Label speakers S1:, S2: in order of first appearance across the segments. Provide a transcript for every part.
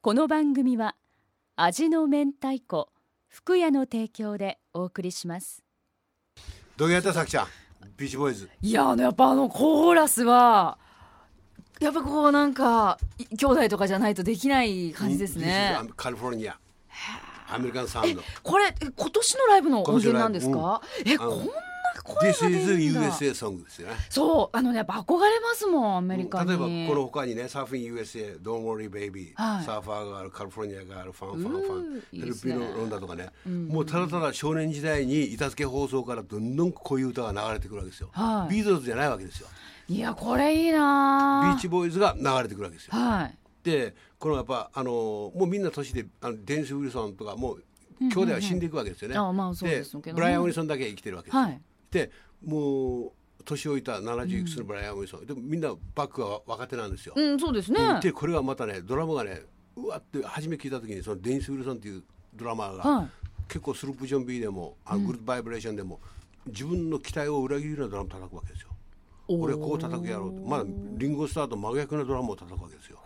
S1: この番組は味の明太子福屋の提供でお送りします
S2: どうやったさきちゃんビーチボーイズ
S3: いやあのやっぱあのコーラスはやっぱこうなんかい兄弟とかじゃないとできない感じですね
S2: ビーチボーイズカリフォルニアアメリカンサウンド
S3: これえ今年のライブの音源なんですか、え
S2: あの
S3: こんな声
S2: This
S3: が出
S2: is
S3: るんだ
S2: USA ソングですよね
S3: そうあのねやっぱ憧れますもんアメ
S2: 例え
S3: リ
S2: ば
S3: カ
S2: こ
S3: に
S2: の他にねサーフィン USA Don't worry baby、
S3: はい
S2: サーファーがあるカリフォルニアがあるファンファンフ
S3: う
S2: ァン
S3: ーい
S2: ヘ
S3: いで
S2: ル
S3: す
S2: ピ
S3: ね
S2: ーロンダとかね、もうただただ少年時代に板付け放送からどんどんこういう歌が流れてくるわけですよ、
S3: はい
S2: ビートルズじゃないわけですよ
S3: いやこれいい
S2: ビ
S3: な
S2: ーチボーイズが流れてくるわけですよ
S3: はい
S2: でこのやっぱあのもうみんな年であのデニス・ウィルソンとかもう兄弟は死んでいくわけですよね。
S3: あまあそうですけどね
S2: ブライアン・ウィルソンだけ生きてるわけですよ。
S3: はい
S2: でもう年老いた70いくつのブライアン・ウィルソン、でもみんなバックは若手なんですよ。
S3: うんそうですね
S2: でこれがまたねドラマがねうわって初め聞いた時にそのデニス・ウィルソンっていうドラマーが、
S3: はい
S2: 結構スループ・ジョン・ビーでもあのグループ・バイブレーションでも、自分の期待を裏切るようなドラム叩くわけですよ。俺はこう叩くやろうってまだリンゴスターと真逆なドラムを叩くわけですよ。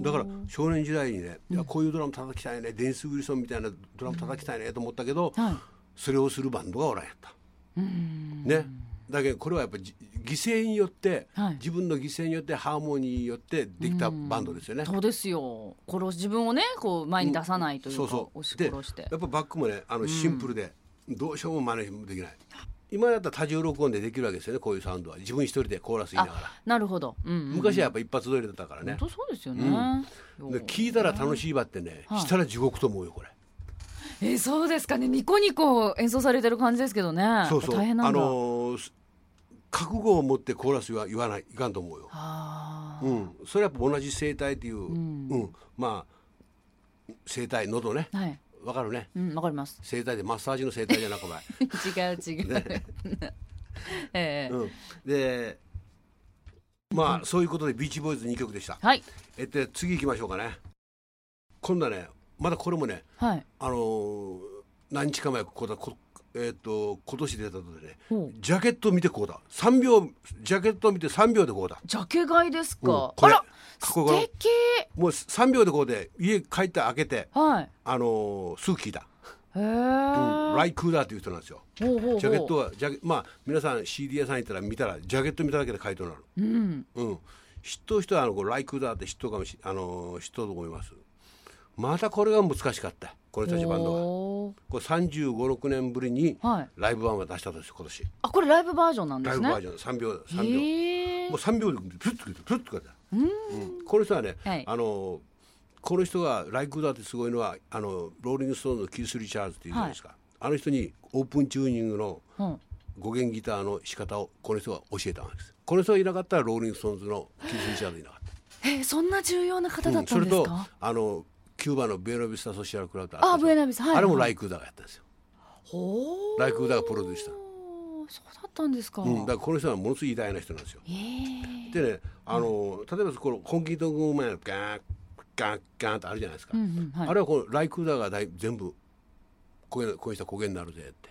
S2: だから少年時代にね、いやこういうドラム叩きたいねデニス・ウィルソンみたいなドラム叩きたいねと思ったけど、
S3: はい
S2: それをするバンドがおらんやった。ね、だけどこれはやっぱり犠牲によって、
S3: はい
S2: 自分の犠牲によってハーモニーによってできたバンドですよね。
S3: そうですよ殺し自分をねこう前に出さないという
S2: そう
S3: か、
S2: そう
S3: 押し
S2: で
S3: 殺して
S2: やっぱバックもねあのシンプルで、どうしようも真似もできない。今だったら多重録音でできるわけですよねこういうサウンドは自分一人でコーラス言いながら
S3: なるほど、うんうん、
S2: 昔はやっぱ一発撮りだったからね
S3: 本当そうですよね、
S2: で聞いたら楽しいわってね、
S3: はい
S2: したら地獄と思うよこれ
S3: えーそうですかねニコニコ演奏されてる感じですけどね
S2: そうそう
S3: 大変なんだ、
S2: あのーす覚悟を持ってコーラスは言わないいかんと思うよ、
S3: あ
S2: うん、それはやっぱ同じ声帯っていう、うんまあ声帯喉ね
S3: ーはい
S2: わかるね
S3: うんわかります
S2: 声帯でマッサージの声帯じゃなくばい、
S3: 違う違う、 えー
S2: うん、でまあそういうことでビーチボーイズ2曲でした
S3: はい
S2: えで次行きましょうかね今度はねまだこれもね
S3: はい
S2: あのー何日か前こうだこえっ、と今年出たのでね
S3: ほう
S2: ジャケットを見てこうだ3秒ジャケットを見て3秒でこうだ
S3: ジャケ買いです
S2: うん
S3: か、
S2: こ
S3: あ
S2: れ
S3: ら
S2: かっこ
S3: 素
S2: よくない
S3: 敵
S2: もう3秒でこうで家帰って開けて
S3: はい
S2: あのーすぐ聞いた、
S3: へえ、
S2: ライクーダーという人なんですよ
S3: ほうほうほう
S2: ジャケットはジャケまあ皆さん CD 屋さん行ったら見たらジャケット見ただけで回答になる
S3: うん
S2: うん知っとう人はあのこうライクーダーって知っとうかもしあのー知っとうと思いますまたこれが難しかったこの人たちバンドが
S3: おー
S2: これ3 5 6年ぶりに
S3: はい
S2: ライブ版を出したんですよ今年
S3: あこれライブバージョンなんで
S2: ライ
S3: す
S2: ブ
S3: ね
S2: バージョン3秒三秒、
S3: へえ
S2: もう3秒でプッとくるプッとくるうんこの人はね、
S3: はい
S2: あのこの人がライクーダーってすごいのはあのローリング・ストーンのキース・リチャーズっていうじゃないですか、あの人にオープンチューニングの
S3: うん
S2: 五弦ギターの仕方をこの人が教えたんですこの人がいなかったらローリング・ストーンズのキース・リチャーズいなかった
S3: えそんな重要な方だ
S2: う
S3: っ
S2: ん
S3: た
S2: そ
S3: ん
S2: れ
S3: です
S2: と
S3: か、
S2: あのキューバのベエナビスタ・ソシアル・クラウド
S3: あブエナビスはい
S2: あれもライクーダーがやったんですよ、
S3: ほう
S2: ライクーダーがプロデュースした
S3: そうだったんですか、
S2: うん、だからこの人はものすごい偉大な人なんですよ
S3: えー
S2: でね、あの例えばこのコンキートグマのガーンガーンガーンってあるじゃないですか、
S3: うんうんはい
S2: あれはこのライクーダーがだい全部こういうこういう人は焦げになるぜって。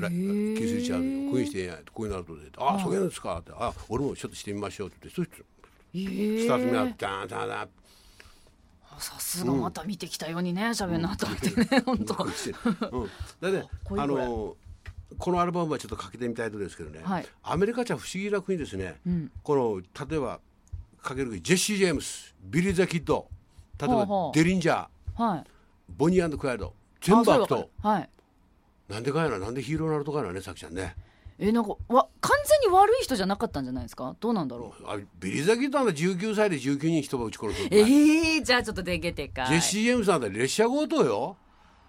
S2: ライキスリチャーズにこういうしてやないとこういうなるとぜって「ああそういうのですか」って「あ俺もちょっとしてみましょう」って言ってそして
S3: え
S2: スタートにな
S3: ー
S2: ってダーンダーンダーン
S3: さすがまた見てきたようにね喋んなと思ってね 本当
S2: こうしてうんだね
S3: こいい
S2: あ
S3: これ
S2: のこのアルバムはちょっとかけてみたいとこですけどね、
S3: はい
S2: アメリカじゃ不思議な国ですね、この例えばかけるジェシー・ジェームスビリー・ザ・キッド例え
S3: ほう
S2: ば
S3: ほう
S2: デリンジャー
S3: はい
S2: ボニークライド全部
S3: あ
S2: 悪
S3: それ
S2: 党
S3: わかるはい
S2: なんでかやななんでヒーローなるとかやなねさきちゃんね
S3: えなんかわ完全に悪い人じゃなかったんじゃないですかどうなんだろう
S2: あビリー・ザ・キッドなんだ19歳で19人人を撃ち殺すんだ
S3: え
S2: よ
S3: ー、じゃあちょっとでげてか
S2: ジェシー・ジェームスなんだ列車強盗よ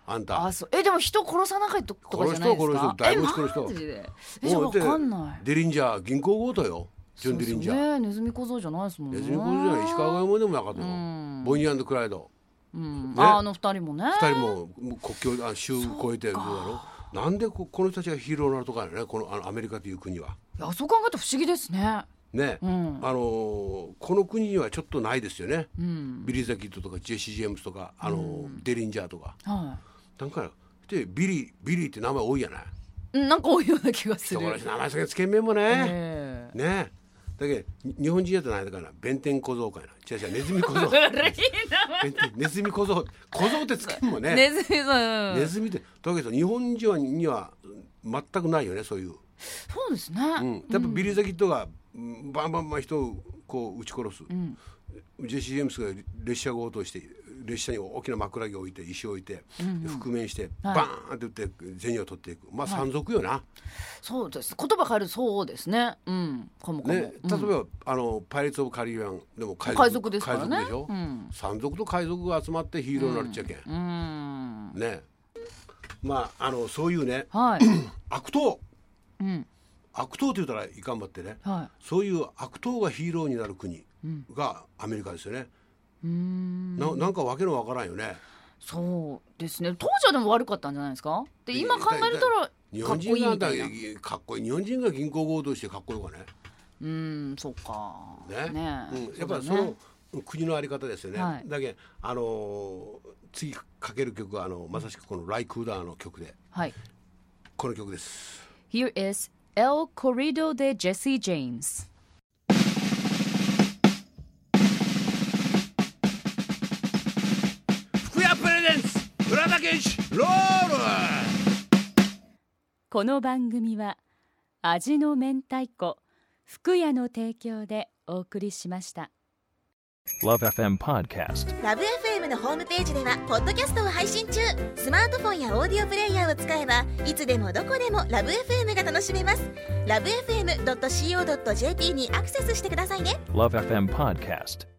S2: あんた
S3: あそうえでも人殺さなかったとかじゃないです
S2: 殺す人殺す
S3: か
S2: 人大仏殺す人
S3: えマジでえじゃあわかんない
S2: デリンジャー銀行強盗よジョン・デリンジャ
S3: そ
S2: ー
S3: うですねネズミ小僧じゃないですもんね
S2: ネズミ小僧じゃない石川五右衛門でもなかったよボニークライド
S3: うん
S2: ね
S3: ああの二人もね
S2: 二人ももう国境あ州越えてるだろなんでここの人たちがヒーローなるとかやねこのあのアメリカという国はい
S3: やそう考えたら不思議ですね
S2: ね、
S3: ん
S2: あのーこの国にはちょっとないですよね、
S3: うん
S2: ビリー・ザ・キッドとかジェシー・ジェームスとか、あのーデリンジャーとか
S3: は
S2: なんかでビリービリーって名前多いやない
S3: いうんなんか多いような気がす
S2: 人
S3: る
S2: 殺し名前つけつけんめんもね、
S3: ええ
S2: ねだけど日本人やとないだから弁天小僧かいな違う違うネズミ小 僧
S3: 悪い
S2: 弁天ネズミ小僧小僧ってつけんもん
S3: な
S2: ね
S3: ネズミさん
S2: ネズミってだけど日本人には全くないよねそういう、
S3: そうですね、
S2: うん、やっぱビリー・ザキッドがうんバンバンバン人をこう撃ち殺す、ジェシー・ジェームスが列車強盗して列車に大きな枕木を置いて石を置いて、で覆面してバーンって打って銭を取っていくまあ山賊よな、
S3: そうです言葉変えるそうですねうんかもかも、
S2: ね、例えば、あのパイレーツ・オブ・カリビアンでも海
S3: 海賊ですからね
S2: 海賊でしょ、
S3: うん
S2: 山賊と海賊が集まってヒーローになるっちゃけん、
S3: うーん
S2: ねまああのそういうね
S3: はい
S2: 悪党
S3: うん
S2: 悪党って言ったらいかんばってね
S3: は
S2: そういう悪党がヒーローになる国がアメリカですよね、
S3: いうーん
S2: ななんかわけのわからんよね
S3: そうですね当時はでも悪かったんじゃないですかで今考えると
S2: 日
S3: かっ
S2: 本人
S3: こいい
S2: が
S3: みたいな
S2: かっこいい日本人が銀行強盗してかっこよかね
S3: うーんそうか
S2: ねうん、やっぱり
S3: う
S2: そ
S3: だね
S2: の国のあり方ですよね、
S3: はい
S2: だけどあのー次かける曲はあのまさしくこの「ライクーダー」の曲で
S3: はい
S2: この曲です
S1: Here is El Corrido de Jesse James.
S2: 福屋プレゼンツ浦田健一ロール
S1: この番組は味の明太子福屋の提供でお送りしました。
S4: Love FM Podcast.
S5: ラブ f m のホームページではポッドキャストを配信中スマートフォンやオーディオプレイヤーを使えばいつでもどこでもラブ f m が楽しめますラブ FM.co.jp にアクセスしてくださいね
S4: Love FM Podcast.